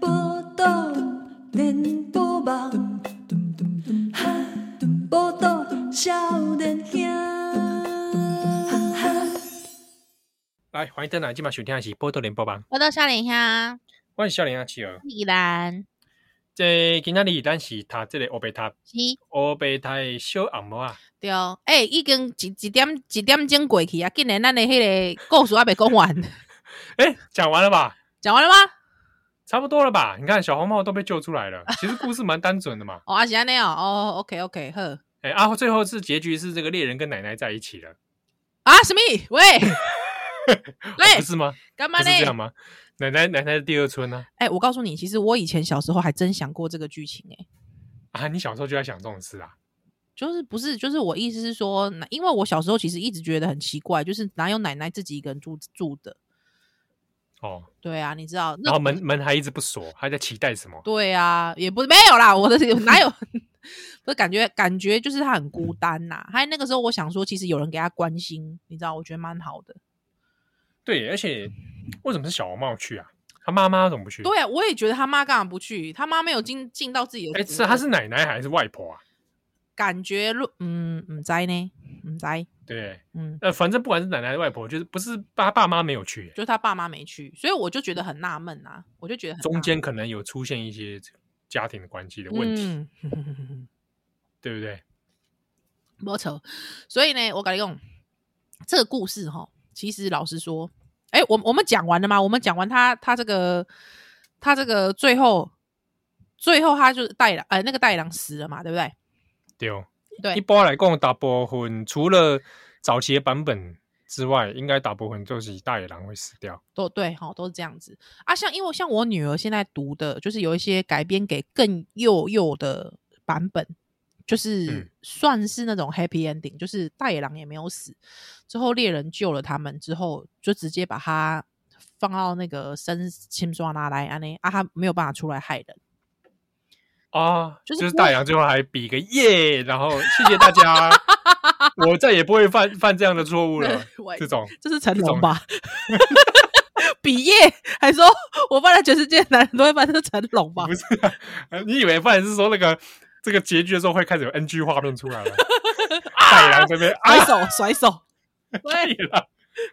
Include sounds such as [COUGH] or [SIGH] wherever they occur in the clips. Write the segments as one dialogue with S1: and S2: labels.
S1: 报道连波梦，报道少年兄。哈哈
S2: 来，欢迎登来，今晚收听的是《波多连播榜》，
S3: 我到少年兄，
S2: 我是少年阿七儿。
S3: 依然
S2: 这今仔日咱是读这个欧贝塔，
S3: 是
S2: 欧贝塔的小红帽啊，
S3: 对，诶、已经一一点一点钟过去啊，竟然咱的迄个故事还没讲完， [LAUGHS]
S2: 诶，讲完了吧？
S3: 讲完了吗？
S2: 差不多了吧？你看小红帽都被救出
S3: [LAUGHS]
S2: 来了，其实故事蛮单纯的嘛。
S3: 哦，啊是安尼哦，哦，OK OK，好
S2: 诶，啊，最后是结局是这个猎人跟奶奶在一起了，
S3: 啊，什么？喂，
S2: [LAUGHS] 不
S3: 喂，
S2: 是吗？
S3: 干
S2: 哦不
S3: 嘛
S2: 是
S3: 呢？
S2: 这样吗？奶奶奶奶的第二春啊呢？
S3: 哎、我告诉你，其实我以前小时候还真想过这个剧情、哎，
S2: 啊，你小时候就在想这种事啊？
S3: 就是不是，就是我意思是说，那因为我小时候其实一直觉得很奇怪，就是哪有奶奶自己一个人住住的？
S2: 哦，
S3: 对啊，你知道，那
S2: 然后门门还一直不锁，还在期待什么？
S3: 对啊，也不没有
S2: [LAUGHS]
S3: 啦，我的哪有？ [LAUGHS] 不是感觉感觉就是他很孤单呐、还有那个时候，我想说，其实有人给他关心，你知道，我觉得蛮好的。
S2: 对，而且为什么是小红帽去啊？他妈妈怎么不去？，
S3: 对啊，我也觉得他妈干嘛不去？他妈没有尽尽到自己的
S2: 哎，
S3: 责
S2: 是他
S3: 任
S2: 是奶奶还是外婆啊？
S3: 感觉论，嗯，唔知呢，唔知，
S2: 对，
S3: 嗯，
S2: 呃，反正不管是奶奶还是外婆，就是不是他爸妈没有去，
S3: 就是他爸妈没去，所以我就觉得很纳闷啊，我就觉得很纳
S2: 中间可能有出现一些家庭的关系的问题，
S3: 嗯 [LAUGHS]
S2: 对不对？
S3: 没错，所以呢，我跟你讲，这个故事哈，其实老实说，哎、我我们讲完了吗？我们讲完他他这个他这个最后最后他就是戴郎呃那个戴郎死了嘛，对不对？
S2: 对哦，一
S3: 对，
S2: 般来讲，大部分除了早期的版本之外，应该大部分都是大野狼会死掉。
S3: 都对哈，都是这样子啊。像因为像我女儿现在读的，就是有一些改编给更幼幼的版本。就
S2: 嗯
S3: 是算是那种 happy ending，、就是大野狼也没有死，之后猎人救了他们之后，就直接把他放到那个深青刷拉来安内啊，他没有办法出来害人。
S2: 啊，
S3: 就是
S2: 就是
S3: 不。
S2: 大洋最后还比个耶，然后谢谢大家，我再也不会犯犯这样的错误了
S3: [LAUGHS] 喂
S2: 这种
S3: 这是成
S2: 这种
S3: 龙吧？ [LAUGHS] 比耶还说，我放在全世界的男人都会犯，这是成龙吧
S2: 不？是、啊，你以为不然是说那个这个结局的时候会开始有 NG 画面出来
S3: [LAUGHS]
S2: 了？大野狼这边
S3: 甩
S2: 啊，
S3: 手甩手，
S2: 大
S3: 喂，
S2: 野狼，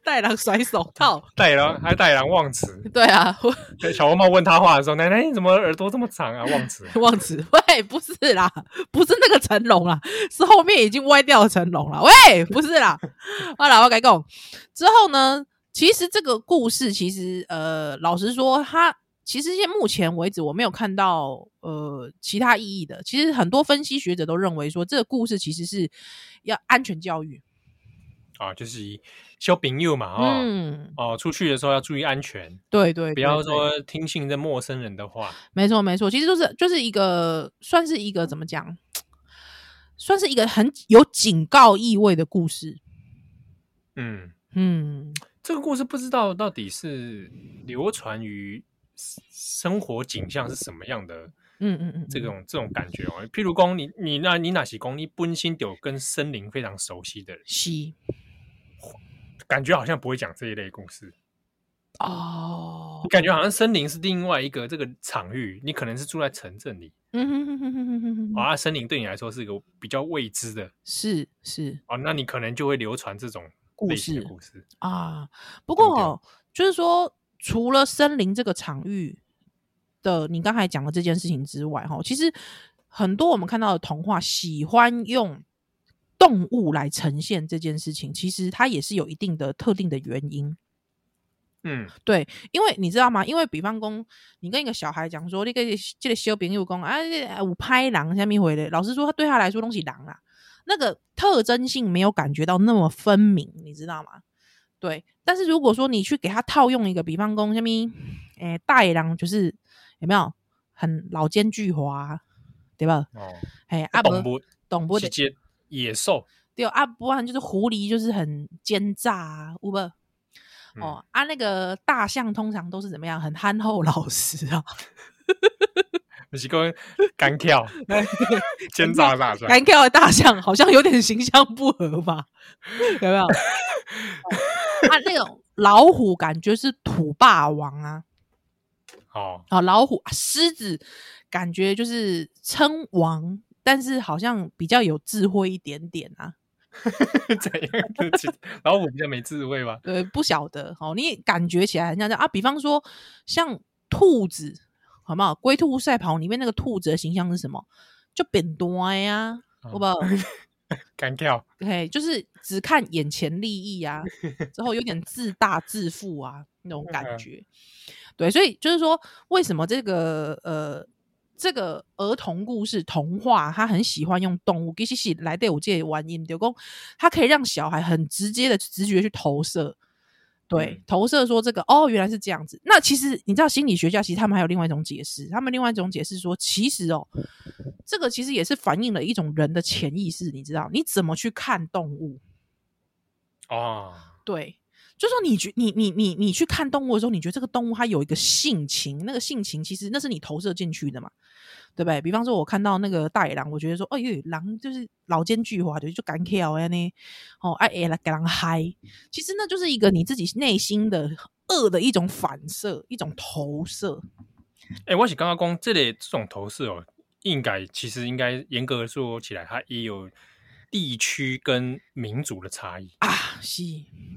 S3: 大野狼甩手
S2: [LAUGHS]
S3: 套，
S2: 大野狼还大野狼忘词。
S3: 对啊，我
S2: 对小红帽问他话的时候，奶奶你怎么耳朵这么长啊？忘词。 [LAUGHS]
S3: [LAUGHS] 忘词，喂，不是啦， [LAUGHS] 不是那个成龙啦，是后面已经歪掉的成龙啦，喂，不是啦， [LAUGHS] 好啦，我改讲之后呢，其实这个故事其实呃，老实说，它其实现目前为止我没有看到呃其他意义的。其实很多分析学者都认为说，这个故事其实是要安全教育，
S2: 啊，就是小朋友嘛，哦、
S3: 嗯，
S2: 哦，出去的时候要注意安全，
S3: 对对
S2: 不要
S3: 对对
S2: 说听信这陌生人的话。
S3: 没错，没错，其实就是就是一个算是一个怎么讲，算是一个很有警告意味的故事。
S2: 嗯，
S3: 嗯，
S2: 这个故事不知道到底是流传于生活景象是什么样的
S3: 嗯嗯嗯，
S2: 这种这种感觉哦。譬如讲，你你那你哪些讲你本身有跟森林非常熟悉的人，
S3: 西
S2: 感觉好像不会讲这一类故事，
S3: 哦，
S2: 感觉好像森林是另外一个这个场域，你可能是住在城镇里。
S3: 嗯哼哼哼哼哼哼哼哼，
S2: 啊，森林对你来说是一个比较未知的
S3: 是是
S2: 哦，那你可能就会流传这种
S3: 故
S2: 类型
S3: 事
S2: 的故事。
S3: 啊，不
S2: 对
S3: 过哦就是说，除了森林这个场域的你刚才讲的这件事情之外，哈，其实很多我们看到的童话喜欢用。动物来呈现这件事情，其实它也是有一定的特定的原因。
S2: 嗯，
S3: 对，因为你知道吗？因为比方讲，你跟一个小孩讲说，你跟这个小朋友讲，啊，这个有拍狼下面回来，老实说，他对他来说东西狼啦，那个特征性没有感觉到那么分明，你知道吗？对，但是如果说你去给他套用一个，比方讲，下面，诶，大野狼就是有没有很老奸巨猾，啊对吧？
S2: 哦，
S3: 哎，阿
S2: 动
S3: 伯
S2: 物
S3: 懂不
S2: 直
S3: 的，
S2: 接野兽，
S3: 对，啊，不然就是狐狸，就是很奸诈啊，有无？哦，啊，那个大象通常都是怎么样，很憨厚老实啊，
S2: 你是讲干跳，奸诈大象，
S3: 干跳的大象好像有点形象不合吧？有没有？ [LAUGHS] 哦啊，那种老虎感觉是土霸王啊，
S2: 哦， [LAUGHS]
S3: 啊，老虎、啊狮子感觉就是称王，但是好像比较有智慧一点点啊。
S2: 怎样的情？老虎比较没智慧吧？
S3: 呃，不晓得，好、你感觉起来很像这样啊。比方说，像兔子，好不好？龟兔赛跑里面那个兔子的形象是什么？就扁端呀、
S2: 嗯
S3: 好不好？
S2: 干跳，
S3: 对，就是只看眼前利益啊，之后有点自大自负啊那种
S2: [LAUGHS]
S3: 感
S2: 嗯
S3: 觉。对，所以就是说，为什么这个呃这个儿童故事童话，他很喜欢用动物，其实是来对我这玩音，就讲它可以让小孩很直接的直觉去投射。对
S2: 嗯，
S3: 投射说这个哦，原来是这样子。那其实你知道，心理学家其实他们还有另外一种解释，他们另外一种解释说，其实哦，这个其实也是反映了一种人的潜意识，你知道，你怎么去看动物？
S2: 哦，
S3: 对，就说你觉你你你你去看动物的时候，你觉得这个动物它有一个性情，那个性情其实那是你投射进去的嘛，对不对？比方说，我看到那个大野狼，我觉得说，哎呦，狼就是老奸巨猾的，就敢跳呀呢，哦，哎哎来给狼嗨，其实那就是一个你自己内心的恶的一种反射，一种投射。
S2: 哎、我是刚刚讲这类这种投射哦，应该其实应该严格地说起来，它也有地区跟民族的差异。
S3: 啊，是，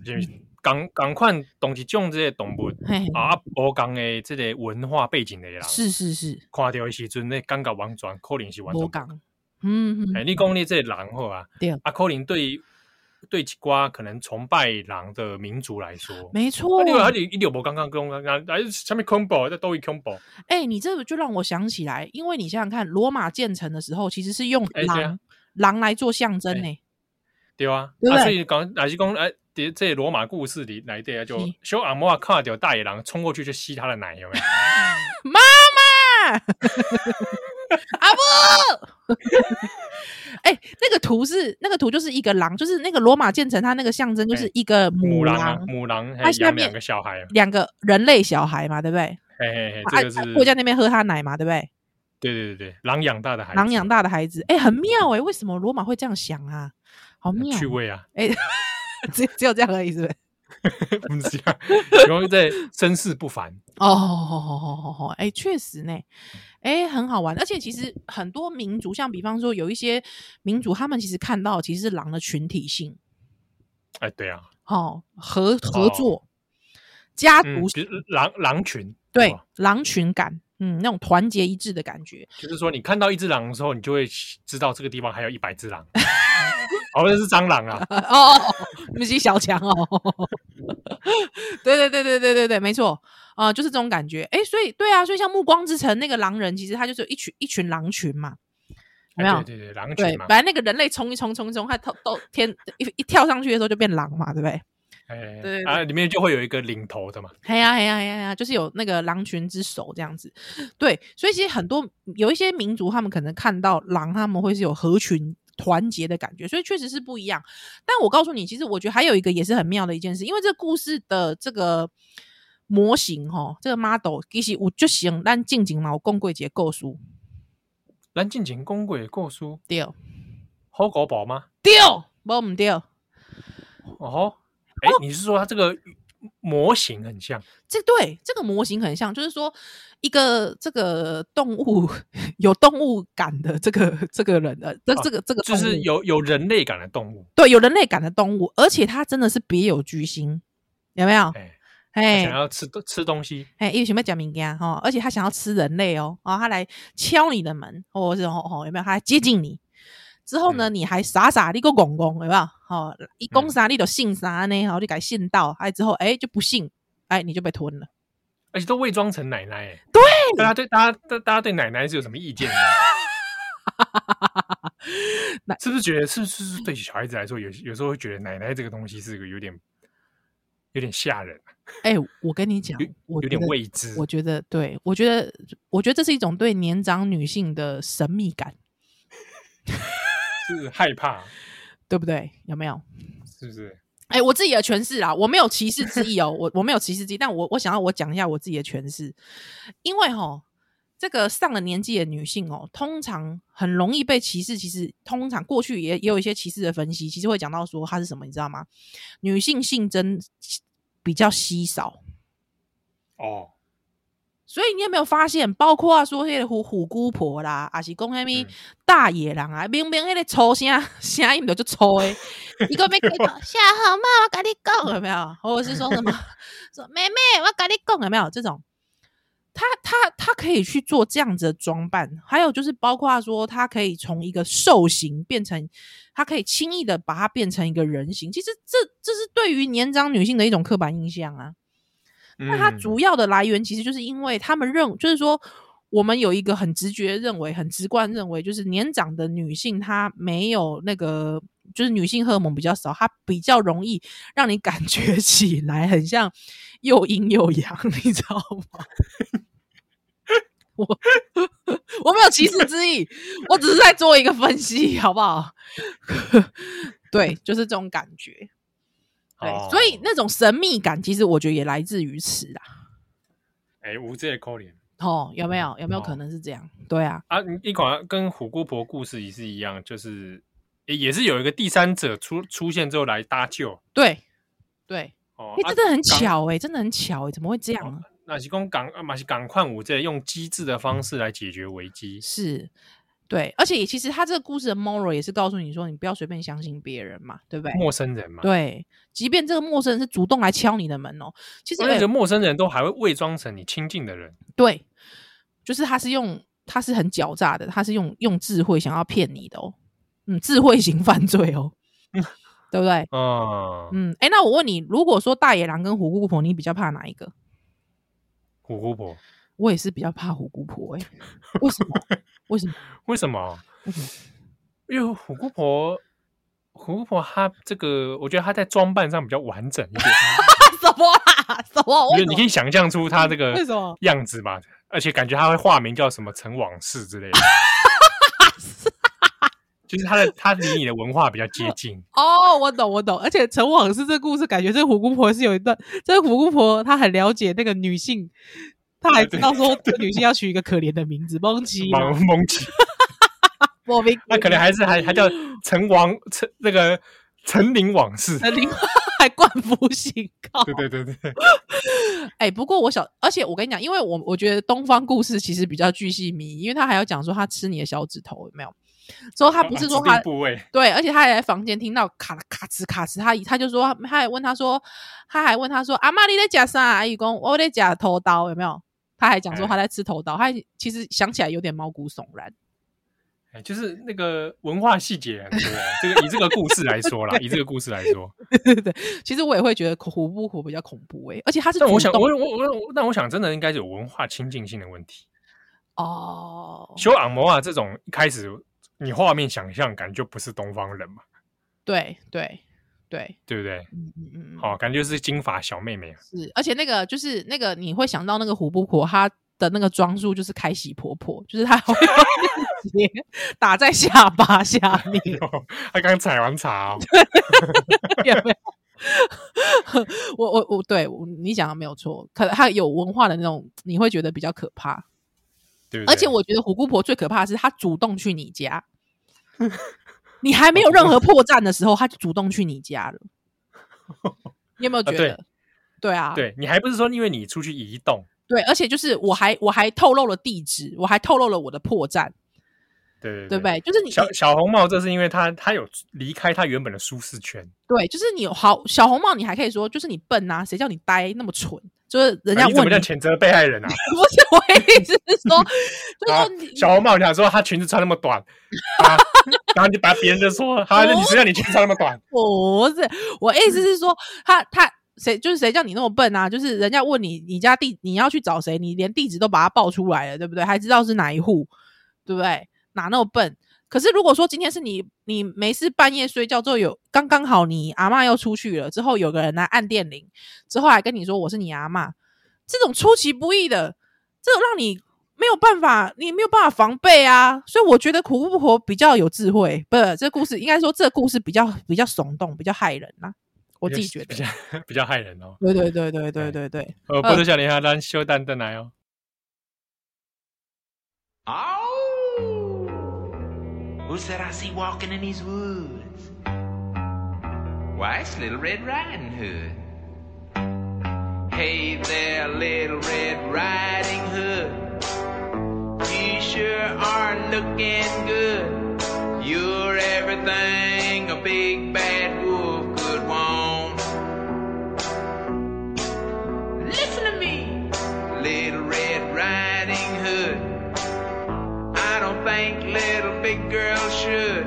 S2: 就是
S3: 嗯
S2: 港港款同一种这些动物 [LAUGHS]
S3: 嘿，
S2: 啊，无共的这个文化背景的人，
S3: 是是是，
S2: 看到的时阵，那感觉完全可能是完
S3: 我
S2: 全。
S3: 讲，嗯，嗯
S2: 哎、你讲你这个人好啊，
S3: 对
S2: 啊，可能对对一寡可能崇拜人的民族来说。
S3: 没错
S2: 啊，，另外，而且一点无刚刚刚刚刚，哎，什么 combo，这都一 combo，
S3: 哎、你这个就让我想起来，因为你想想看，罗马建成的时候其实是用
S2: 哎对
S3: 狼、
S2: 啊
S3: 狼来做象征
S2: 哎
S3: 呢、
S2: 对啊，
S3: 对不
S2: 啊，
S3: 对
S2: 所以讲，还是讲，哎、这这罗马故事里来对啊，就是小阿嬷看到大野狼冲过去就吸他的奶，有没有？
S3: 啊，阿布，哎、那个图是那个图就是一个狼，就是那个罗马建成，它那个象征就是
S2: 哎
S3: 一个
S2: 母
S3: 狼，
S2: 狼啊，母狼，
S3: 它
S2: 还
S3: 下
S2: 养
S3: 面
S2: 两个小孩，啊
S3: 两个人类小孩嘛，对不对？
S2: 嘿嘿嘿，
S3: 啊
S2: 这个是
S3: 啊我在那边喝他奶嘛，对不对？
S2: 对对对对，狼养大的孩子，
S3: 狼养大的孩子，哎、很妙哎、为什么罗马会这样想啊？好
S2: 很
S3: 妙
S2: 趣
S3: 哦，
S2: 味啊，
S3: 哎、 [LAUGHS] 只只有这样而已，是不是？
S2: 不是啊， [LAUGHS] 然后在身世不凡，
S3: 哦，好好好好好，哎，确实呢，哎，很好玩。而且其实很多民族，像比方说有一些民族，他们其实看到其实是狼的群体性，
S2: 哎，对啊，
S3: 哦，合合
S2: 哦
S3: 作、家
S2: 嗯
S3: 族，性，
S2: 就是狼狼群，
S3: 对
S2: 哦
S3: 狼群感，嗯，那种团结一致的感觉。
S2: 就是说你看到一只狼的时候，你就会知道这个地方还有一百
S3: [LAUGHS]
S2: 只狼，哦，那是蟑螂啊，
S3: 呃哦，哦你们是小强哦。对对对对对对对，没错啊、呃就是这种感觉。哎，所以对啊，所以像《暮光之城》那个狼人，其实他就是有一群一群狼群嘛，有 [LAUGHS] 没有
S2: 哎？对对对，狼
S3: 对
S2: 群，嘛
S3: 本，来那个人类冲一冲冲一冲，他跳到天一一跳上去的时候就变狼嘛，对不对？
S2: 哎
S3: 对对
S2: 啊，里面就会有一个领头的嘛，
S3: 哎呀哎呀哎呀哎呀，就是有那个狼群之首这样子。对，所以其实很多有一些民族，他们可能看到狼，他们会是有合群团结的感觉，所以确实是不一样。但我告诉你，其实我觉得还有一个也是很妙的一件事，因为这个故事的这个。模型哈，这个 model 其实我就行，但近景嘛，我共贵节构书
S2: 蓝进前公鬼过书，
S3: 对
S2: 好狗宝吗？
S3: 对，无唔对，
S2: 哦吼，哎，你是说它这个模型很像？
S3: 这对这个模型很像，就是说一个这个动物 [LAUGHS] 有动物感的这个这个人呃，这
S2: 啊
S3: 这个这个
S2: 就
S3: 动
S2: 是
S3: 物
S2: 有有人类感的动物，
S3: 对有人类感的动物，而且它真的是别有居心，有没有？
S2: 哎，它想
S3: 哎
S2: 要吃吃东西，
S3: 哎，因为什么讲明家哈，而且它想要吃人类哦，哦，它来敲你的门，或者是吼吼有没有？它来接近你之后
S2: 嗯
S3: 呢，你还傻傻的个拱拱，有没有？哦，一拱啥你都信啥呢？好，你改信道，哎之后哎就不信，哎你就被吞了。
S2: 而且都伪装成奶奶、欸。对，大家对大家大大家对奶奶是有什么意
S3: [LAUGHS]
S2: 见的？是不是觉得是是是对小孩子来说，有有时候会觉得奶奶这个东西是个有点有点吓人，
S3: 哎，我跟你讲
S2: 有，
S3: 我
S2: 有
S3: 觉
S2: 点
S3: 得
S2: 未知。
S3: 我觉得，对我觉得，我觉得这是一种对年长女性的神秘感，
S2: 是害怕，
S3: 对不对？有没有？
S2: 是不是？
S3: 哎，我自己的诠释啦，我没有歧视之意哦，我我没有歧视之意，但我我想要我讲一下我自己的诠释，因为哈，这个上了年纪的女性哦，通常很容易被歧视。其实，通常过去也也有一些歧视的分析，其实会讲到说它是什么，你知道吗？女性性征比较稀少，
S2: 哦，
S3: 所以你有没有发现，包括啊说迄个虎虎姑婆啦，还是讲迄咪
S2: 嗯
S3: 大野狼啊，明明迄个粗声 [LAUGHS] 声音就就粗诶，伊个要讲夏好嘛，我跟你讲有没有？或者是说什么说妹妹，我跟你讲有没有？这种，他他他可以去做这样子的装扮，还有就是包括啊说，他可以从一个兽形变成，他可以轻易的把它变成一个人形。其实这这是对于年长女性的一种刻板印象啊。那它
S2: 嗯
S3: 主要的来源其实就是因为他们认，就是说我们有一个很直觉认为、很直观认为，就是年长的女性她没有那个，就是女性荷尔蒙比较少，她比较容易让你感觉 [LAUGHS] 起来很像又阴又阳，你知道吗？我我没有歧视之意，我只是在做一个分析，好不好？ [LAUGHS] 对，就是这种感觉。对，
S2: 哦
S3: 所以那种神秘感，其实我觉得也来自于此啦。
S2: 哎，无这个可怜
S3: 哦，有没有？有没有
S2: 哦
S3: 可能是这样？对啊，
S2: 啊，你你款跟虎姑婆故事也是一样，就是也也是有一个第三者出出现之后来搭救
S3: 对，对，
S2: 哦啊
S3: 哎、，
S2: 哦
S3: 真的很。
S2: 赶
S3: 巧哎、真的很巧哎、怎么会这样啊？
S2: 那是讲赶，嘛是赶快我这用机智的方式来解决危机。
S3: 是，对，而且也其实他这个故事的 moral 也是告诉你说，你不要随便相信别人嘛，对不对？
S2: 陌生人嘛，
S3: 对，啊即便这个陌生人是主动来敲你的门哦、其实、
S2: 那
S3: 诶
S2: 个陌生人都还会伪装成你亲近的人。
S3: 对，就是他是用他是很狡诈的，他是用用智慧想要骗你的哦、嗯，智慧型犯罪哦、对不对？
S2: 嗯哦，
S3: 嗯，哎、那我问你，如果说大野狼跟虎姑婆，你比较怕哪一个？
S2: 虎姑婆，
S3: 我也是比较怕虎姑婆、欸，哎，为什么？为什么？
S2: 为什么
S3: 为什么？
S2: 因为虎姑婆，虎姑婆她这个，我觉得她在装扮上比较完整一
S3: [LAUGHS]
S2: 点，
S3: 什么啊？什
S2: 因
S3: 么？为
S2: 为
S3: 什
S2: 你
S3: 么
S2: 可以想象出她这
S3: 为
S2: 个
S3: 什么？
S2: 样子嘛，而且感觉她会化名叫什么陈往事之
S3: [LAUGHS]
S2: 类的，就是她的她离你的文化比较接
S3: [LAUGHS]
S2: 近。
S3: 哦，我懂，我懂。而且陈往事这故事，感觉这个虎姑婆是有一段，这个虎姑婆她很了解那个女性，她还知道说这个女性要取一个可怜的名字，蒙奇嘛，
S2: 蒙蒙奇，
S3: 莫名
S2: 那可能还是还还
S3: [LAUGHS]
S2: 叫陈王陈那个陈林往事，
S3: 还另外还冠服信告。
S2: 对对对对，
S3: 哎、不过我小，而且我跟你讲，因为我我觉得东方故事其实比较巨细靡遗，因为他还要讲说他吃你的小指头有没有？之后他不是说
S2: 啊指定
S3: 他、
S2: 部位，
S3: 对，而且他还在房间听到咔咔哧咔哧，他他就说他还问他说，他还问他说阿妈你在讲啥？啊阿姨公我在讲头刀有没有？他还讲说
S2: 哎
S3: 他在吃头刀，他还其实想起来有点毛骨悚然。 [LAUGHS]
S2: 哎，就是那个文化细节很多哦。这个以这个故事来说
S3: [LAUGHS]
S2: 啦，以这个故事来说，
S3: 对，其实我也会觉得虎不虎比较恐怖哎、而且他是
S2: 但我
S3: 主
S2: 想，
S3: 动
S2: 我我我我，但我想真的应该是有文化亲近性的问题。
S3: 哦，
S2: 修昂摩啊这种一开始你画面想象感就不是东方人嘛，
S3: 对对对，
S2: 对不对？
S3: 嗯嗯嗯嗯，
S2: 好、感觉是金发小妹妹。啊 [LAUGHS]
S3: 是，而且那个就是那个你会想到那个虎姑婆她的那个装束就是开喜婆婆，就是她会 [LAUGHS] 直接打在下巴下面，
S2: 哦她刚采完茶、
S3: [LAUGHS]
S2: 哦，
S3: 有没有？ [LAUGHS] 我我我，对我你讲的没有错，可能她有文化的那种，你会觉得比较可怕。
S2: 对不对？
S3: 而且我觉得虎姑婆最可怕的是她主动去你家，你还没有任何破绽的时候，她就主动去你家
S2: [LAUGHS]
S3: 了。你有没有觉
S2: 啊对
S3: 得？对啊，
S2: 对你还不是说因为你出去移动，
S3: 对，而且就是我还我还透露了地址，我还透露了我的破绽，
S2: 对对
S3: 对不对？就是你
S2: 小小红帽，这是因为她她有离开她原本的舒适圈，
S3: 对，就是你有好小红帽，你还可以说就是你笨啊，谁叫你呆那么蠢？就是人家
S2: 啊你怎么
S3: 问你，
S2: 叫谴责被害人啊？
S3: 不是我的意思是说，就是
S2: 啊
S3: 说你，
S2: 小红帽想说她裙子穿那么短，啊，然后就把别人就说， [LAUGHS] 啊，那你谁让你裙子穿那么短？
S3: 不是我的意思是说，他他谁就是谁叫你那么笨啊？就是人家问你你家地你要去找谁，你连地址都把它报出来了，对不对？还知道是哪一户，对不对？哪那么笨？可是如果说今天是你你没事半夜睡觉之后有刚刚好你阿嬷要出去了，之后有个人来按电铃，之后还跟你说我是你阿嬷，这种出其不意的，这种让你。没有办法，你没有办法防备啊，所以我觉得苦不婆比较有智慧，不是这故事应该说这故事比较比较耸动，比较害人啦、我自己觉
S2: 比
S3: 得嗯
S2: 较， [LAUGHS] 比较害人哦。
S3: 对对对对对对对。
S2: 啊呃，波多小林哈，咱小蛋蛋来哦。
S4: Ow! Who said I see walking in these woods? Why, it's Little Red Riding Hood. Hey there, Little Red Riding Hood. You sure are looking good. You're everything a big bad wolf could want. Listen to me, Little Red Riding Hood. I don't think little big girls should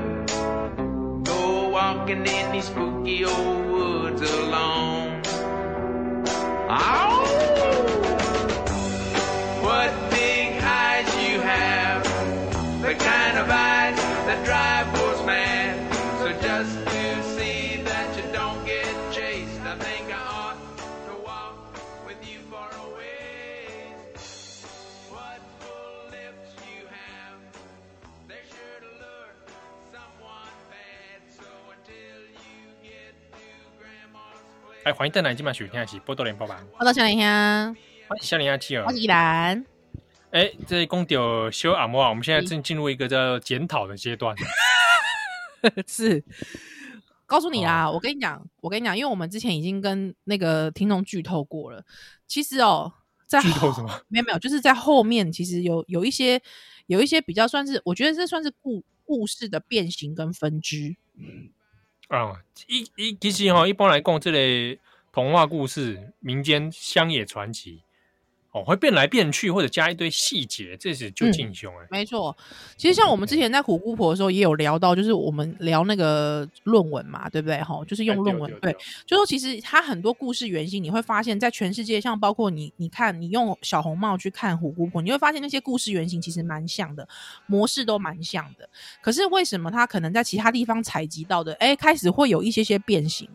S4: go walking in these spooky old woods alone. Ow! What big eyes you have, the kind of eyes that drive wolves mad. So just to see that you don't get chased, I think I ought to walk with you for a ways. What full lips you have. They're sure to lure someone bad. So until you get to Grandma's place.
S2: 哎，欢迎邓来今晚收听的是《波多连播吧》，
S3: 我到小林兄，
S2: 欢迎小林阿七儿
S3: 我。是依兰，
S2: 哎，这公丢修阿摩啊，我们现
S3: 嗯
S2: 在正进入一个叫检讨的阶
S3: [LAUGHS]
S2: 段。
S3: 是。告诉你
S2: 哦
S3: 啦，我跟你讲，我跟你讲，因为我们之前已经跟那个听众剧透过了。其实哦，在
S2: 剧透什么？
S3: 没有没有，就是在后面其实有有一些有一些比较算是，我觉得这算是故故事的变形跟分支。
S2: 啊，一一其实哈，一般来讲，这类童话故事、民间乡野传奇，哦，会变来变去，或者加一堆细节，这是就进凶哎。
S3: 没错，其实像我们之前在苦姑婆的时候也有聊到，就是我们聊那个论文嘛，对不对？哈，就是用
S2: 哎
S3: 论文，对，，就说其实它很多故事原型，你会发现在全世界，像包括你，你看你用小红帽去看虎姑婆，你会发现那些故事原型其实蛮像的，模式都蛮像的。可是为什么它可能在其他地方采集到的，哎，开始会有一些些变形？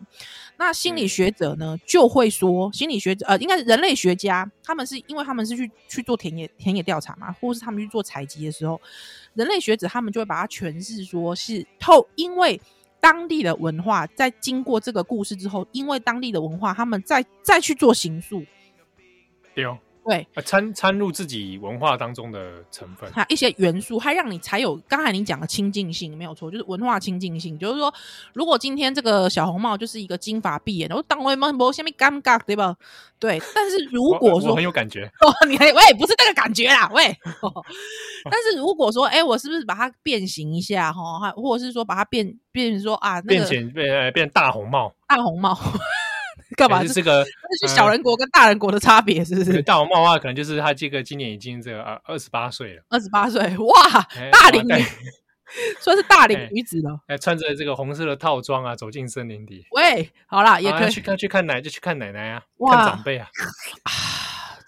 S3: 那心理学者呢，就会说，心理学者呃，应该是人类学家，他们是因为他们是去去做田野田野调查嘛，或是他们去做采集的时候，人类学者他们就会把它诠释说是透，因为当地的文化在经过这个故事之后，因为当地的文化，他们再再去做刑诉，
S2: 对哦，
S3: 对，
S2: 啊掺掺入自己文化当中的成分。
S3: 它一些元素，它让你才有刚才你讲的亲近性，没有错，就是文化亲近性，就是说，如果今天这个小红帽就是一个金发碧眼，然后当然嘛，没下面尴尬对吧？对，但是如
S2: 我
S3: 果
S2: 我
S3: 说
S2: 很有感觉，
S3: 哦， [LAUGHS] 你还喂，不是那个感觉啦，喂。 [LAUGHS] 哦但是如果说，哎、我是不是把它变形一下哈，还或者是说把它变变说啊，那
S2: 变
S3: 个
S2: 显变呃变大红帽，
S3: 大红帽 [LAUGHS] 干嘛？
S2: 可
S3: 这
S2: 是这个
S3: 这是小
S2: 呃
S3: 人国跟大人国的差别，是不
S2: 这个
S3: 是？
S2: 大红帽的话，可能就是他这个今年已经这个啊二十八岁了，
S3: 二十八岁，哇，
S2: 哎
S3: 大
S2: 哇
S3: 龄
S2: 戴
S3: 女，算是大龄
S2: 哎
S3: 女子了。
S2: 哎穿着这个红色的套装啊，走进森林里，
S3: 喂，好啦，也
S2: 啊
S3: 可以
S2: 去看去看奶就去看奶奶啊，
S3: 哇
S2: 看长辈啊，
S3: 啊，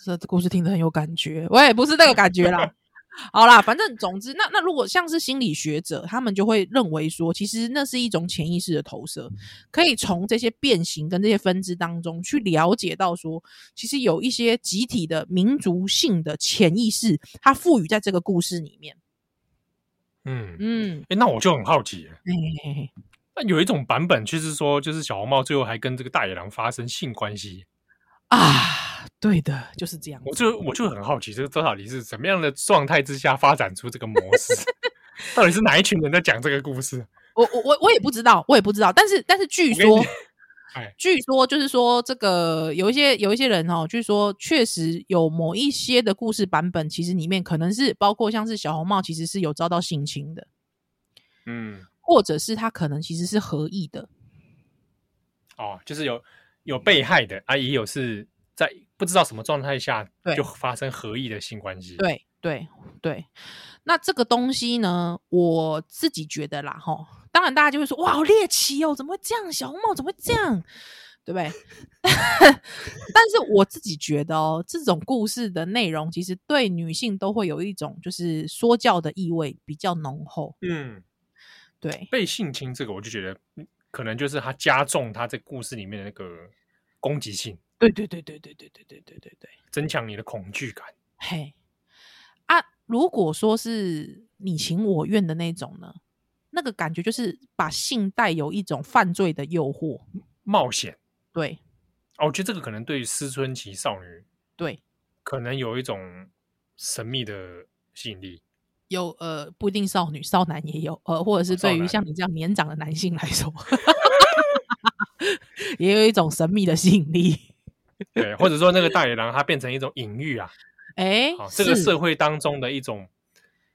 S3: 这这故事听得很有感觉，我也不是那个感觉啦。 [LAUGHS] 好啦，反正总之，那那如果像是心理学者，他们就会认为说，其实那是一种潜意识的投射，可以从这些变形跟这些分支当中去了解到说，其实有一些集体的民族性的潜意识，它赋予在这个故事里面。
S2: 嗯。
S3: 嗯，
S2: 哎、那我就很好奇了，
S3: 嘿嘿嘿嘿
S2: 那有一种版本却是说，就是小红帽最后还跟这个大野狼发生性关系，
S3: 啊，对的，就是这样
S2: 我就我就很好奇，这个到底是什么样的状态之下发展出这个模式？ [LAUGHS] 到底是哪一群人在讲这个故事？
S3: 我我我我也不知道，我也不知道。但是但是据
S2: 我跟你
S3: 说
S2: 讲，哎
S3: 据说就是说这个有一些有一些人哦，据说确实有某一些的故事版本，其实里面可能是包括像是小红帽其实是有遭到性侵的，
S2: 嗯，
S3: 或者是他可能其实是合意的。
S2: 哦，就是有有被害的啊，也有是在不知道什么状态下
S3: 对
S2: 就发生合意的性关系。，
S3: 对对对，那这个东西呢，我自己觉得啦，哈，当然大家就会说，哇，好猎奇哦，怎么会这样？小红帽怎么会这样？对不对？ [LAUGHS] 但是我自己觉得哦，这种故事的内容其实对女性都会有一种就是说教的意味比较浓厚。
S2: 嗯，
S3: 对，
S2: 被性侵这个，我就觉得嗯可能就是他加重他在故事里面的那个攻击性，
S3: 对对对对对对对对对对对，
S2: 增强你的恐惧感。
S3: 嘿，啊，如果说是你
S2: 嗯
S3: 情我愿的那种呢，那个感觉就是把性带有一种犯罪的诱惑。
S2: 冒险
S3: 对
S2: 哦，我觉得这个可能对于思春期少女
S3: 对，
S2: 可能有一种神秘的吸引力。
S3: 有呃，不一定少女少男也有，呃，或者是
S2: 哦少
S3: 对于
S2: 男
S3: 像你这样年长的男性来说，也有一种神秘的吸引力。
S2: 对，或者说那个大野狼它变成一种隐喻啊，
S3: 哎、
S2: 啊，这个
S3: 是
S2: 社会当中的一种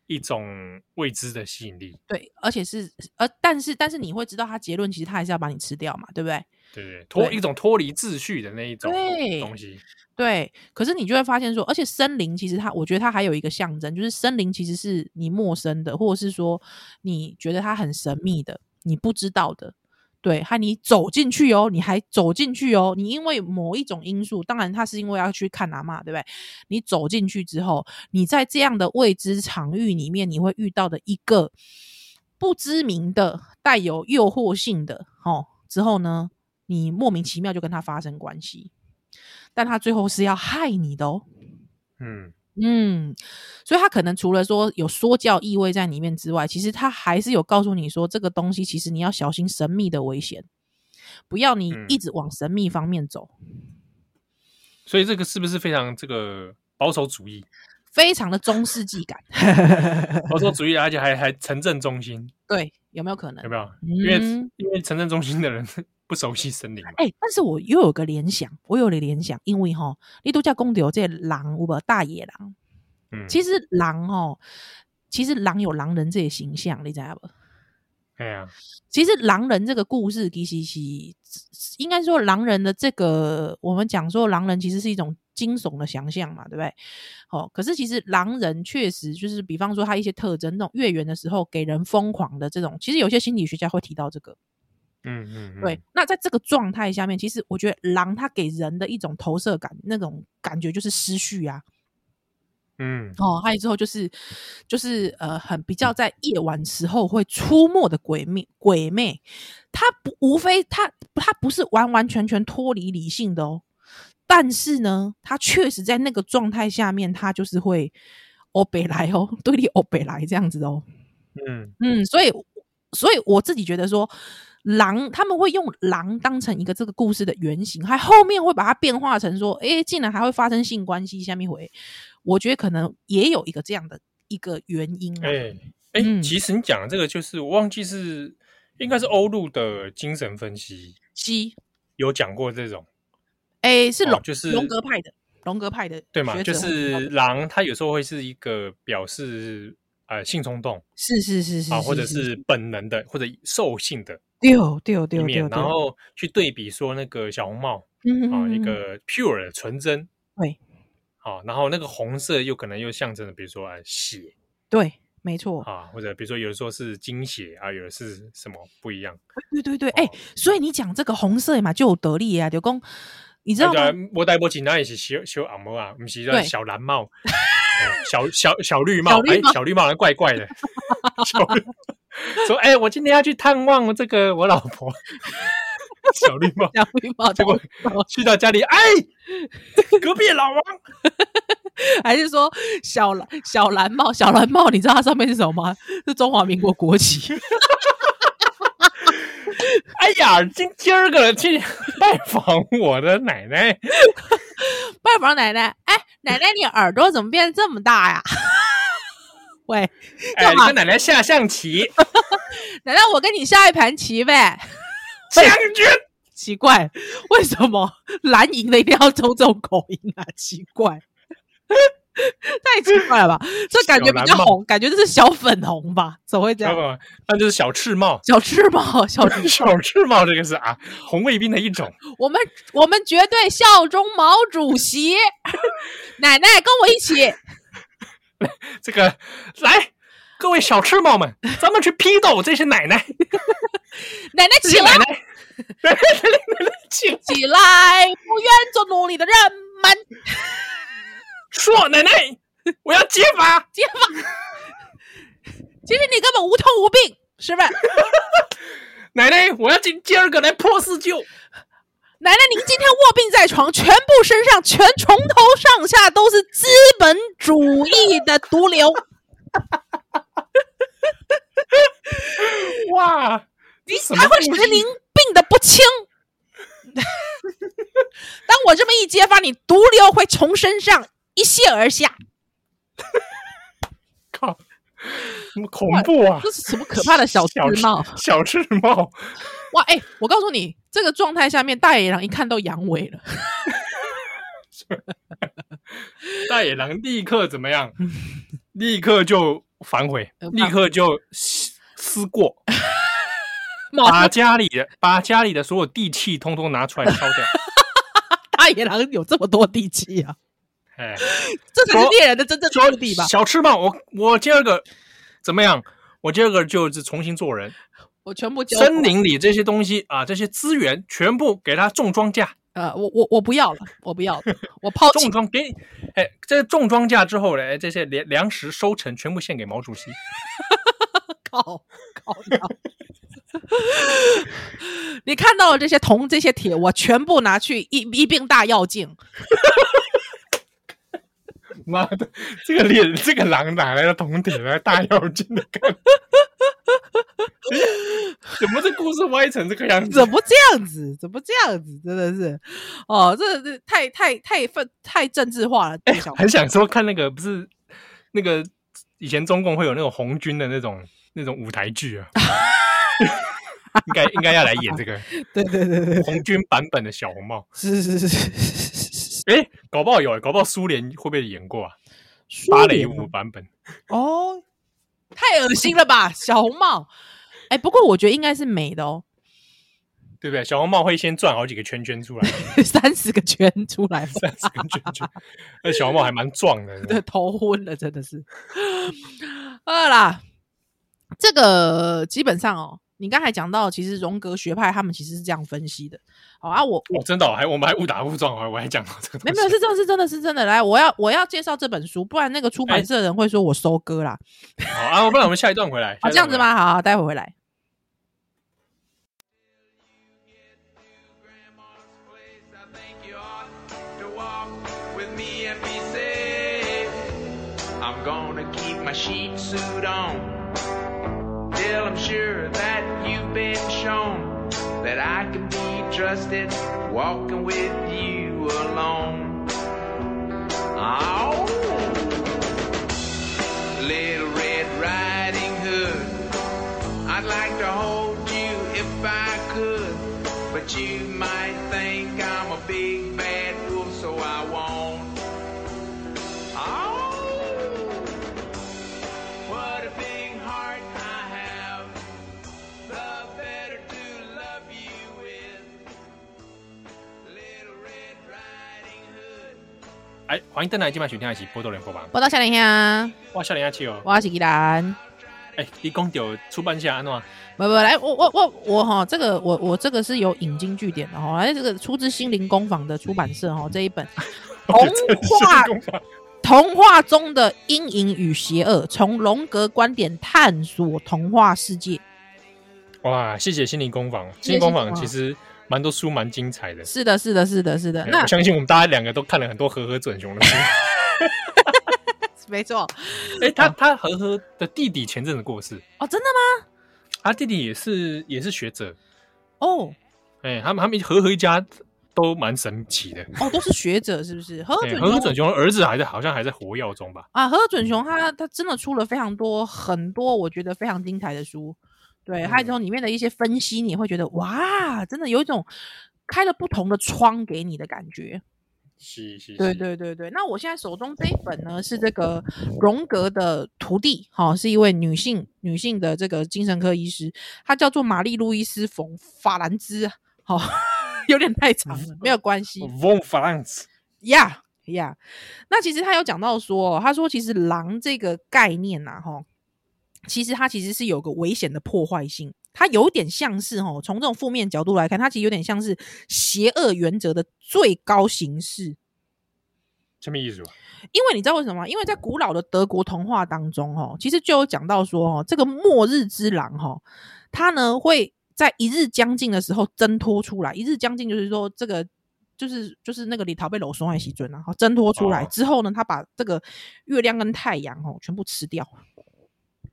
S2: 一种未知的吸引力，
S3: 对，而且是呃，但是但是你会知道，他结论其实他还是要把你吃掉嘛，对不对？
S2: 对不对？脱
S3: 对
S2: 一种脱离秩序的那一种
S3: 对
S2: 东西，
S3: 对，可是你就会发现说，而且森林其实它，我觉得它还有一个象征，就是森林其实是你陌生的，或者是说你觉得它很神秘的，你不知道的。对，还你走进去哦，你还走进去哦，你因为某一种因素，当然他是因为要去看阿嬷，对不对？你走进去之后，你在这样的未知场域里面，你会遇到的一个不知名的、带有诱惑性的哦，之后呢，你莫名其妙就跟他发生关系，但他最后是要害你的哦。
S2: 嗯，
S3: 嗯，所以他可能除了说有说教意味在里面之外，其实他还是有告诉你说，这个东西其实你要小心神秘的危险，不要你
S2: 嗯
S3: 一直往神秘方面走，
S2: 所以这个是不是非常这个保守主义？
S3: 非常的中世
S2: [LAUGHS]
S3: 纪感。
S2: 保守主义，而且还还城镇中心，
S3: 对，有没有可能
S2: 有？没有？因为
S3: 嗯，
S2: 因为城镇中心的人 [LAUGHS] 不熟悉森林嘛，
S3: 哎、但是我又有个联想，我有个联想，因为哈，你度假公有这狼，有无大野狼？
S2: 嗯，
S3: 其实狼哦，其实狼有狼人这个形象，你知道不？
S2: 哎呀，
S3: 其实狼人这个故事，其实是应该说狼人的这个，我们讲说狼人其实是一种惊悚的想象嘛，对不对？哦，可是其实狼人确实就是，比方说他一些特征，那种月圆的时候给人疯狂的这种，其实有些心理学家会提到这个。
S2: 嗯嗯，嗯
S3: 对，，那在这个状态下面，其实我觉得狼它给人的一种投射感，那种感觉就是失序啊，
S2: 嗯，
S3: 哦，还有之后就是就是呃，很比较在夜晚时候会出没的鬼魅鬼魅，它不无非它它不是完完全全脱离理性的哦，但是呢，它确实在那个状态下面，它就是会欧北来哦， [LAUGHS] 对你欧北来这样子哦，
S2: 嗯，
S3: 嗯，所以所以我自己觉得说。狼，他们会用狼当成一个这个故事的原型，还后面会把它变化成说，诶，竟然还会发生性关系，下面回，我觉得可能也有一个这样的一个原因、啊。
S2: 哎哎，
S3: 嗯
S2: 其实你讲的这个就是我忘记是应该是欧陆的精神分析
S3: 西，
S2: 有讲过这种，
S3: 诶，是
S2: 哦
S3: 龙、
S2: 就是
S3: 荣格派的，荣格派的
S2: 对嘛？
S3: 学
S2: 就
S3: 者会提到
S2: 是
S3: 的
S2: 狼，它有时候会是一个表示呃性冲动
S3: 是是是是哦
S2: 啊，或者是本能的或者兽性的
S3: 丢丢
S2: 一
S3: 丢
S2: 面
S3: 丢，，嗯
S2: 然后去对比说那个小红帽啊，一个 pure 的纯真，
S3: 对
S2: 啊，然后那个红色又可能又象征了，比如说啊血
S3: 对，没错，
S2: 啊，或者比如说有的说是精血啊，有的是什么不一样。
S3: 对对对，诶，所以你讲这个红色嘛，就有得力啊，刘公，你知
S2: 对
S3: 道
S2: 啊
S3: 吗？， [LAUGHS]
S2: 我戴波吉那也是修修昂帽啊，不是叫
S3: 对
S2: 小蓝帽，哎小小小绿帽，
S3: 绿
S2: 哎
S3: 帽，
S2: 小绿帽好像怪
S3: [LAUGHS]
S2: 怪的。小绿说，哎，我今天要去探望这个我老
S3: [LAUGHS]
S2: 婆。小绿帽
S3: 小绿帽，
S2: 结果去到家里，哎，隔壁老王，
S3: 还是说小蓝小蓝帽？小蓝帽，你知道它上面是什么吗？是中华民国
S2: [LAUGHS]
S3: 国旗。
S2: 哎呀，今今儿个去 [LAUGHS] 拜访我的奶奶。
S3: 拜访奶奶，哎，奶奶，你耳朵怎么变得这么大呀？ [LAUGHS] 喂，
S2: 哎，
S3: 干
S2: 你
S3: 嘛
S2: 跟奶奶下象
S3: [LAUGHS]
S2: 棋，
S3: 奶奶，我跟你下一盘棋呗。
S2: 将军。
S3: 奇怪，为什么蓝营的一定要抽这种口音啊？奇怪，太奇怪了吧？这感觉比较
S2: 小蓝帽
S3: 红，感觉这是小粉红吧？怎么会这
S2: 知道
S3: 样？，
S2: 吗？那就是小赤帽 [LAUGHS]
S3: 小翅膀，小翅
S2: 小赤帽这个是啊，红卫兵的一种。
S3: 我们我们绝对效忠毛主席。 [LAUGHS] 奶奶，跟我一起。
S2: 这个来，各位小赤帽们，咱们去批斗这些奶奶，
S3: 奶奶
S2: 这
S3: 起
S2: 些奶，奶，
S3: 来
S2: 奶奶，奶奶，奶奶请
S3: 起来！不愿做奴隶的人们，
S2: 说奶奶，我要揭发。
S3: 解放。其实你根本无痛无病，是吧？
S2: 奶奶，我要今今儿个来破四旧。
S3: 奶奶，您今天卧病在床，全部身上全从头上下都是资本主义的毒瘤。
S2: [LAUGHS] 哇，你
S3: 还会使得您病得不轻。 [LAUGHS] 当我这么一揭发你，毒瘤会从身上一泻而下。
S2: 靠！什么恐怖啊！
S3: 这是什么可怕的小啊智帽？
S2: 小智帽，
S3: 哇，哎、我告诉你，这个状态下面大野狼一看到阳痿了，
S2: 大野狼立刻怎么样？立刻就反悔
S3: 呃，
S2: 立刻就思思过，
S3: [LAUGHS] 马
S2: 把
S3: 上
S2: 家里的把家里的所有地契通通拿出来烧掉。
S3: 大野狼有这么多地基啊，
S2: 哎，
S3: 这才是猎人的真正
S2: 说
S3: 目的吧？
S2: 小赤帽，我我第二个怎么样？我第二个就是重新做人，
S3: 我全部交出来
S2: 森林里这些东西啊，这些资源全部给他种庄稼，
S3: 呃，我我我不要了，我不要了，我抛弃
S2: 种庄给你，哎，这种庄稼之后呢，哎这些粮粮食收成全部献给毛主席。
S3: 靠靠腰 [LAUGHS] 你看到了这些铜、这些铁，我全部拿去一一并大药镜。
S2: 妈的，这个脸，这个狼哪来的铜铁来大妖精的干？怎么这故事歪成这个样子
S3: 怎？么这样子？怎么这样子？真的是，哦，这这太太太分太政治化了。这个小
S2: 很想说看那个不是那个以前中共会有那种红军的那种那种舞台剧
S3: [LAUGHS]
S2: 啊，应该应该要来演这个
S3: 对对对对，
S2: 红军版本的小红帽。
S3: 是是是是。
S2: 哎、搞不好有、搞不好苏联会不会演过啊？
S3: 苏
S2: 芭蕾
S3: 联
S2: 舞版本
S3: 哦，太恶心了吧，小红帽。哎，不过我觉得应该是美的哦， [LAUGHS]
S2: 对不对？小红帽会先转好几个圈圈出来，
S3: 三十个圈出来吧。
S2: 三十个圈圈。那小红帽还蛮壮的，
S3: 对，头昏了，真的是。 [LAUGHS] 好啦，这个基本上哦，你刚才讲到，其实荣格学派他们其实是这样分析的。好啊，我
S2: 哦，真的、哦，还我们还误打误撞，我还我还讲到这个
S3: 没
S2: 东
S3: 有
S2: 西，
S3: 没有是真的是真的是真的。来，我要我要介绍这本书，不然那个出版社的人会说我收割啦。
S2: 好啊，不然我们下一段回来。
S3: 好，这样子
S2: 吗？
S3: 吗？好，好待会回来。
S4: Grandma's place, I think you ought to walk with me and be safe. I'm gonna keep my sheet suit on till I'm sure that you've been shown that I can be trusted walking with you alone. Oh, little Red Riding Hood. I'd like to hold you if I could, but you might think I'm a big bad wolf, so I won't. Oh, what a big heart I have. The better to love you with. Little Red Riding Hood.
S2: 哎，欢迎登来今晚选听一起波多连播吧。
S3: 播到夏天呀，
S2: 哇，笑脸阿七哦，
S3: 我是吉兰。
S2: 哎，你讲到出版社安怎？
S3: 不不，来，我我我我哈，这个我我这个是有引经据典的哈，来这个出自心灵工坊的出版社哈，这一
S2: [LAUGHS]
S3: 本童话童话中的阴影与邪恶，从荣格观点探索童话世界，
S2: 哇，谢谢心灵工坊，心
S3: 谢谢
S2: 灵工
S3: 心灵工
S2: 坊
S3: 坊
S2: 其实蛮多书蛮精彩的。
S3: 是的，是的，是的，是的。
S2: 哎
S3: 那
S2: 我相信我们大家两个都看了很多和和准雄
S3: [LAUGHS]
S2: 的书。
S3: 没错，
S2: 哎，他他和和的弟弟前阵子过世，
S3: 哦，真的吗？
S2: 他弟弟也是也是学者。
S3: 哦
S2: 哎，他们他们和和一家都蛮神奇的。
S3: 哦，都哦是学者是不 [LAUGHS] 是？何
S2: 哎
S3: 准
S2: 和和
S3: 雄
S2: 准雄的儿子还在好像还在活药中吧？
S3: 啊，何准雄他他真的出了非常多很多我觉得非常精彩的书，对，
S2: 嗯
S3: 还有从里面的一些分析，你会觉得哇，真的有一种开了不同的窗给你的感觉。
S2: 是是，
S3: 对对对对，那我现在手中这一本呢是这个荣格的徒弟，哈、是一位女性女性的这个精神科医师，她叫做玛丽路易斯·冯·法兰兹，好、 [LAUGHS] 有点太长了，没有关系
S2: Von France。
S3: 呀呀。那其实他有讲到说，他说其实狼这个概念呐、啊，哈，其实它其实是有个危险的破坏性。它有点像是哦，从这种负面角度来看，它其实有点像是邪恶原则的最高形式。
S2: 什么意思？啊
S3: 因为你知道为什么吗？因为在古老的德国童话当中，哦，其实就有讲到说，哦，这个末日之狼，哈，它呢会在一日将近的时候挣脱出来。一日将近就是说，这个就是就是那个李桃被搂松爱西尊啊，好挣脱出来
S2: 哦
S3: 之后呢，他把这个月亮跟太阳，哦，全部吃掉。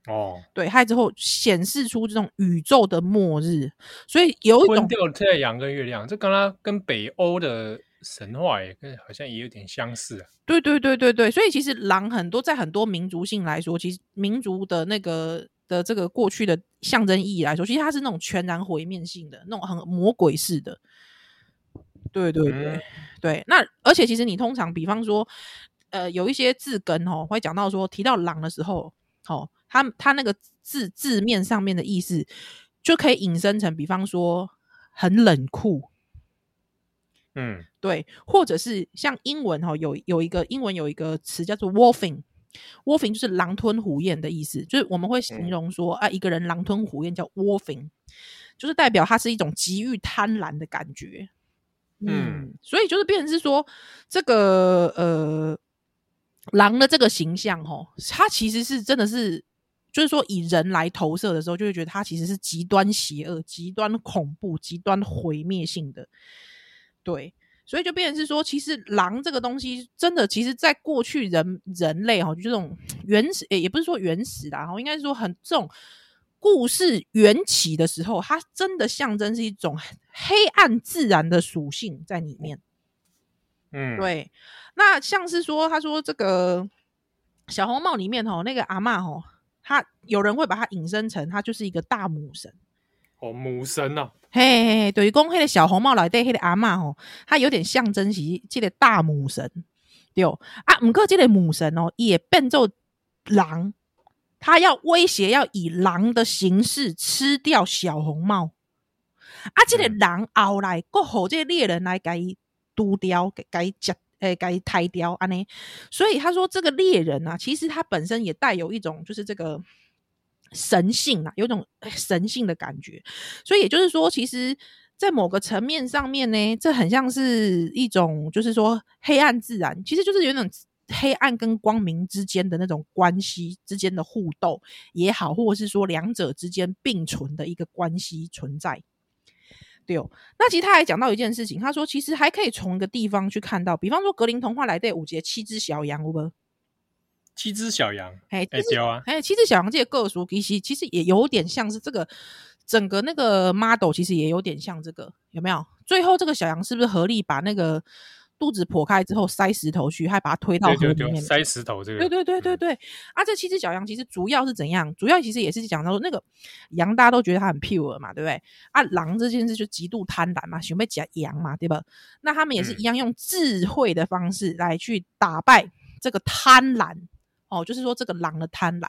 S2: 哦，
S3: 对，还有之后显示出这种宇宙的末日，所以有一
S2: 吞
S3: 种
S2: 掉太阳跟月亮，这跟他跟北欧的神话也跟好像也有点相似啊。
S3: 对对对对对，所以其实狼很多在很多民族性来说，其实民族的那个的这个过去的象征意义来说，其实它是那种全然毁灭性的，那种很魔鬼式的。对对对、
S2: 嗯
S3: 对，那而且其实你通常，比方说，呃，有一些字根哦，会讲到说提到狼的时候，哦，它它那个字字面上面的意思，就可以引申成，比方说很冷酷，
S2: 嗯，
S3: 对，或者是像英文哈、哦，有有一个英文有一个词叫做 wolfing。wolfing 就是狼吞虎咽的意思，就是我们会形容说、啊，一个人狼吞虎咽叫 wolfing，就是代表他是一种极欲贪婪的感觉。
S2: 嗯，
S3: 所以就是变成是说，这个呃狼的这个形象哦，它其实是真的是，就是说以人来投射的时候，就会觉得它其实是极端邪恶、极端恐怖、极端毁灭性的。对，所以就变成是说，其实狼这个东西，真的，其实在过去人人类哦哈，就这种原始，也也不是说原始啦，哦哈，应该是说很这种故事缘起的时候，它真的象征是一种黑暗自然的属性在里面。
S2: 嗯，，
S3: 对，那像是说，他说这个小红帽里面哦，那个阿嬷哦，她有人会把它引申成，她就是一个大母神。
S2: 哦，母神啊，
S3: 嘿嘿嘿，对于讲迄个小红帽内底迄个阿嬷吼，她有点象征是即个大母神，对哦啊。毋过即个母神哦，伊会变做狼，她要威胁要以狼的形式吃掉小红帽。啊，即、个
S2: 嗯
S3: 狼后来过互即个猎人来甲伊毒掉，给给伊食，诶，给伊杀掉安尼。所以他说，这个猎人啊，其实他本身也带有一种就是这个神性啊，有一种哎神性的感觉。所以也就是说，其实，在某个层面上面呢，这很像是一种，就是说黑暗自然，其实就是有一种黑暗跟光明之间的那种关系之间的互斗也好，或者是说两者之间并存的一个关系存在。对哦，那其实他还讲到一件事情，他说其实还可以从一个地方去看到，比方说格林童话来的五节七只小羊，有无？
S2: 七只小羊，
S3: 哎，
S2: 哎，对啊，
S3: 哎，其实小杨这个个数其实其实也有点像是这个整个那个 model，其实也有点像这个，有没有？最后这个小杨是不是合力把那个肚子剖开之后塞石头去，还把它推到
S2: 对
S3: 河
S2: 对
S3: 里
S2: 对，
S3: 面？
S2: 塞石头这个，嗯
S3: 对对对对对，啊，这七只小羊其实主要是怎样？主要其实也是讲到说，那个羊大家都觉得它很 pure 嘛，对不对？啊，狼这件事就极度贪婪嘛，想被夹羊嘛，对吧？那他们
S2: 嗯
S3: 也是一样用智慧的方式来去打败这个贪婪。哦，就是说这个狼的贪婪，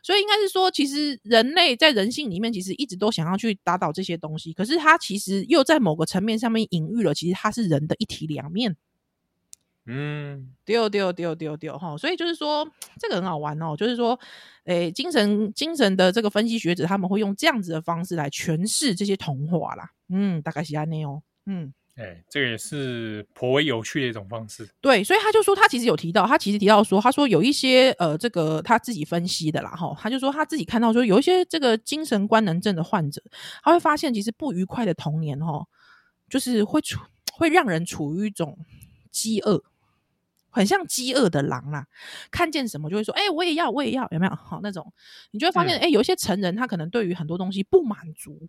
S3: 所以应该是说，其实人类在人性里面，其实一直都想要去打倒这些东西，可是它其实又在某个层面上面隐喻了，其实它是人的一体两面。
S2: 嗯，
S3: 丢丢丢丢丢哈，吼所以就是说，这个很好玩哦。就是说，诶，精神精神的这个分析学者，他们会用这样子的方式来诠释这些童话啦。嗯，大概是安内哦。嗯，
S2: 哎，这个也是颇为有趣的一种方式，
S3: 对，所以他就说，他其实有提到，他其实提到说，他说有一些呃，这个他自己分析的啦，哈，他就说他自己看到说，有一些这个精神官能症的患者，他会发现其实不愉快的童年，哈，就是会处会让人处于一种饥饿，很像饥饿的狼啦，看见什么就会说，哎、我也要，我也要，有没有？好那种，你就会发现，
S2: 嗯
S3: 哎、有一些成人他可能对于很多东西不满足，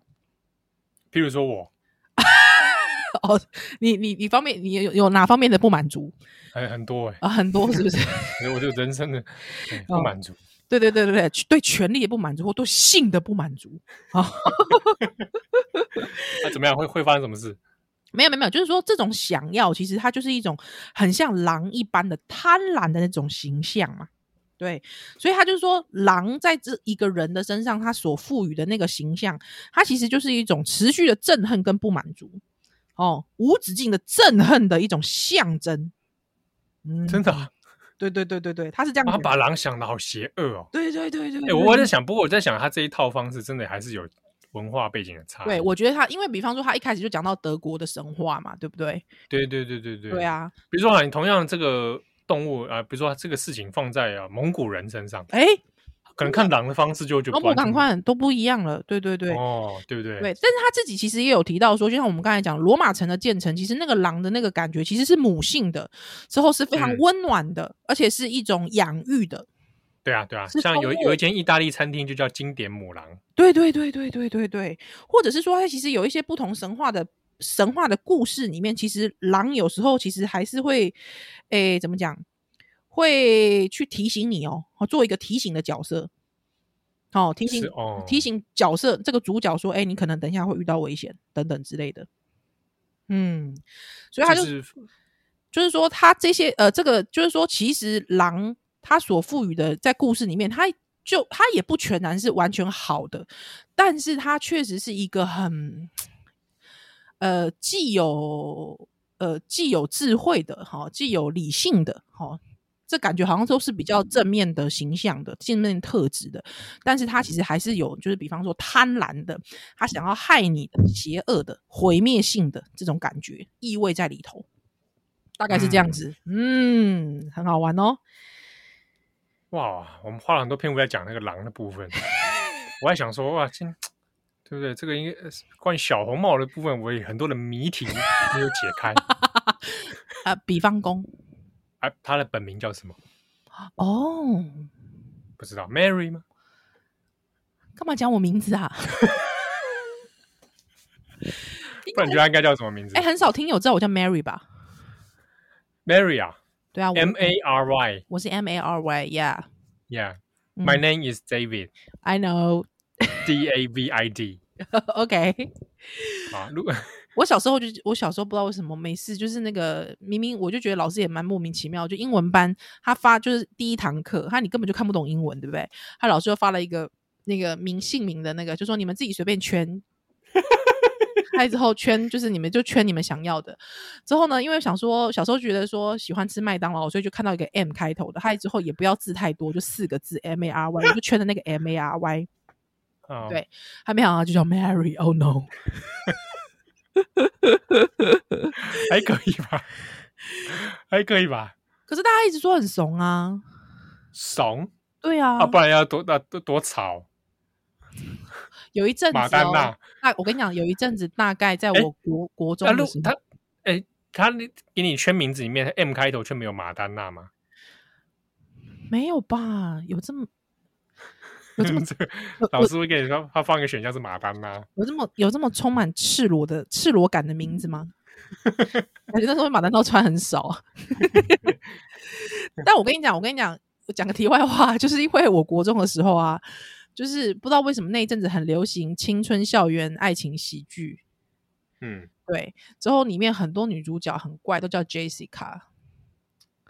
S2: 譬如说我，
S3: 哦，你你你方面你有有哪方面的不满足
S2: 还很多哎，
S3: 啊、很多是不是？
S2: 我就人生的哎
S3: 哦
S2: 不满足，
S3: 对对对对对，对权力的不满足或对性的不满足啊，
S2: 那怎么样会会发生什么事？
S3: 没有没有没有，就是说这种想要，其实它就是一种很像狼一般的贪婪的那种形象嘛。对，所以他就是说，狼在这一个人的身上，他所赋予的那个形象，它其实就是一种持续的憎恨跟不满足，哦，无止境的憎恨的一种象征。嗯，
S2: 真的啊，
S3: 对对对对对，他是这样
S2: 他
S3: 讲的。
S2: 把狼想的好邪恶哦。
S3: 对对对嗯对
S2: 哎、
S3: 对
S2: 我我在想，不过我在想，他这一套方式真的还是有文化背景的差异。
S3: 对，我觉得他，因为比方说他一开始就讲到德国的神话嘛，对不对？
S2: 对对对对对。
S3: 对！啊，
S2: 比如说啊，你同样这个动物啊、比如说这个事情放在啊蒙古人身上，
S3: 哎，
S2: 可能看狼的方式就就
S3: 龙
S2: 完
S3: 普
S2: 全
S3: 赶快都哦不一样了，对对对。
S2: 哦，对不对？
S3: 对，但是他自己其实也有提到说，就像我们刚才讲，罗马城的建成，其实那个狼的那个感觉其实是母性的，之后是非常
S2: 嗯
S3: 温暖的，而且是一种养育的。
S2: 对啊对啊，
S3: 是
S2: 像有
S3: 动物
S2: 有一间意大利餐厅就叫经典母狼，
S3: 哎对对对对对对对，或者是说，它其实有一些不同神话的神话的故事里面，其实狼有时候其实还是会，诶、怎么讲，会去提醒你哦，哦做一个提醒的角色，哦，提醒
S2: 是哦，
S3: 提醒角色这个主角说，哎、你可能等一下会遇到危险等等之类的。嗯，所以他就、
S2: 是
S3: 就是说，他这些呃，这个就是说，其实狼他所赋予的在故事里面，他就他也不全然是完全好的，但是他确实是一个很呃既有呃既有智慧的哈、既有理性的哈、这感觉好像都是比较正面的形象的正面特质的，但是他其实还是有，就是比方说贪婪的，他想要害你的、邪恶的、毁灭性的这种感觉意味在里头，大概是这样子。嗯很好玩哦。
S2: 哇，我们花了很多篇幅在讲那个狼的部
S3: [LAUGHS]
S2: 分，我还想说哇，今对不对？这个应该呃关于小红帽的部分，我也很多的谜题没有解
S3: [LAUGHS]
S2: 开。
S3: 啊，比方公
S2: 啊，他的本名叫什么？
S3: 哦，
S2: 不知道，Mary 吗？
S3: 干嘛讲我名
S2: [LAUGHS]
S3: 字啊？
S2: 不然你觉得他应该叫什么名字
S3: 哎、很少听友知道我叫 Mary 吧？
S2: ？Mary 啊
S3: 对啊，我
S2: ，M A R Y。
S3: 我是 M A R Y，Yeah，I
S2: Yeah,
S3: 嗯
S2: my name is David
S3: [LAUGHS] know，OK，、
S2: D A V I D 啊。如果
S3: 我小时候就我小时候不知道为什么，每次就是那个明明我就觉得老师也蛮莫名其妙，就英文班他发就是第一堂课，他你根本就看不懂英文，对不对？他老师就发了一个那个名姓名的那个，就说你们自己随便圈。开之后圈就是你们就圈你们想要的，之后呢，因为想说小时候觉得说喜欢吃麦当劳，所以就看到一个 M 开头的，他之后也不要字太多，就四个字 M A R Y，我就圈的那个 M A R Y，
S2: 啊，
S3: 对还没想到就叫 Mary，Oh no！
S2: 还可以吧，还可以吧，
S3: 可是大家一直说很怂啊，
S2: 怂
S3: 对啊，
S2: 啊，不然要多那多多吵。
S3: 有一阵子、哦，
S2: 马丹娜
S3: 那我跟你讲，有一阵子大概在
S2: 哎
S3: 我国、国中
S2: 那
S3: 的
S2: 如
S3: 时候，
S2: 他哎，他给你圈名字里面 M 开头却没有马丹娜吗？
S3: 没有吧？有这么有这
S2: [LAUGHS]
S3: 么
S2: 这个
S3: 有
S2: 老师会跟你说，他放一个选项是马丹娜，
S3: 有这么有这么充满赤裸的赤裸感的名字吗？ [LAUGHS] 感觉那时候马丹娜穿很
S2: [LAUGHS]
S3: 少啊。但我跟你讲，我跟你讲，我讲个题外话，就是因为我国中的时候啊，就是不知道为什么那一阵子很流行青春校园爱情喜剧，
S2: 嗯
S3: 对，之后里面很多女主角很怪，都叫 Jessica。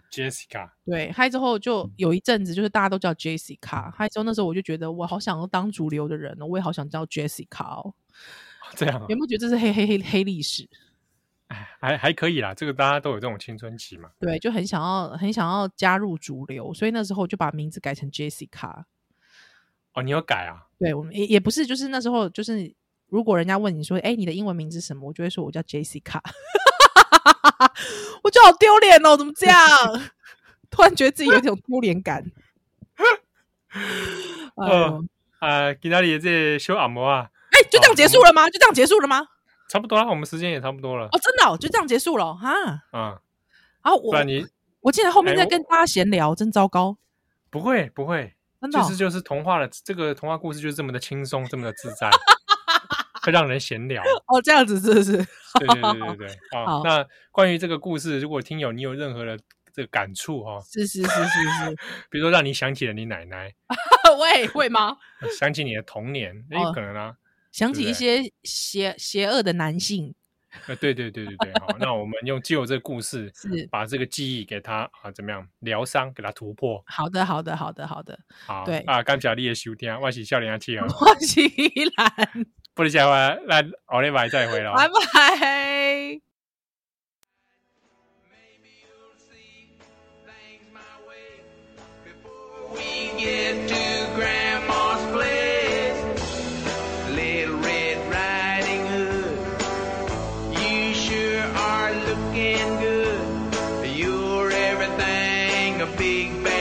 S2: ，Jessica，哦
S3: 对，嗨之后就有一阵子，就是大家都叫 Jessica。嗨之后那时候我就觉得，我好想要当主流的人哦，我也好想叫 Jessica 哦。
S2: 这样啊
S3: 有没有觉得这是黑黑黑黑历史？
S2: 哎还还可以啦，这个大家都有这种青春期嘛。
S3: 对，就很想要很想要加入主流，所以那时候就把名字改成 Jessica。
S2: 哦，你有改啊？
S3: 对我们也也不是，就是那时候就是如果人家问你说，哎，你的英文名字是什么？我就会说我叫 Jessica。我就好丢脸哦，怎么这样？ [LAUGHS] 突然觉得自己有一种丢脸感。哎呦
S2: 呃啊，给大家这修按摩啊，
S3: 哎、就这样结束了吗？就这样结束了吗？
S2: 差不多啊啦，我们时间也差不多了
S3: 哦，真的、哦、就这样结束了哦哈。
S2: 啊，
S3: 然后
S2: 不
S3: 我
S2: 然你
S3: 我竟然后面
S2: 哎
S3: 在
S2: 我
S3: 跟大家闲聊，真糟糕，
S2: 不会不会，
S3: 真的
S2: 就
S3: 哦、
S2: 是就是童话的这个童话故事就是这么的轻松，这么的自
S3: [LAUGHS]
S2: 在，会让人闲聊。
S3: 哦，这样子是不
S2: [LAUGHS]
S3: 是？
S2: 对对对对对，好
S3: 好，
S2: 那关于这个故事，如果听友你有任何的这个感触哈、哦，
S3: 是是是是是，
S2: 比如说让你想起了你奶奶，
S3: [LAUGHS]
S2: 呃
S3: 喂会吗？
S2: 想起你的童年，也
S3: 哦
S2: 可能啊。
S3: 想起
S2: 对
S3: 一些邪邪恶的男性，
S2: 呃，对对对对对，好，那我们用借由这个故事，
S3: 是
S2: 把这个记忆给它啊怎么样疗伤，给它突破。
S3: 好的，好的，好的，好
S2: [LAUGHS]
S3: 的， [LAUGHS]
S2: 好，
S3: 对
S2: 啊，感谢你的收听，我是笑脸阿七儿，
S3: 我是依兰，
S2: 不然下回那奥利拜再回了。
S3: 拜拜。
S4: Maybe you'll see things my way before we get to Grandma's place. Little Red Riding Hood, you sure are looking good. You're everything a big bad. Oh,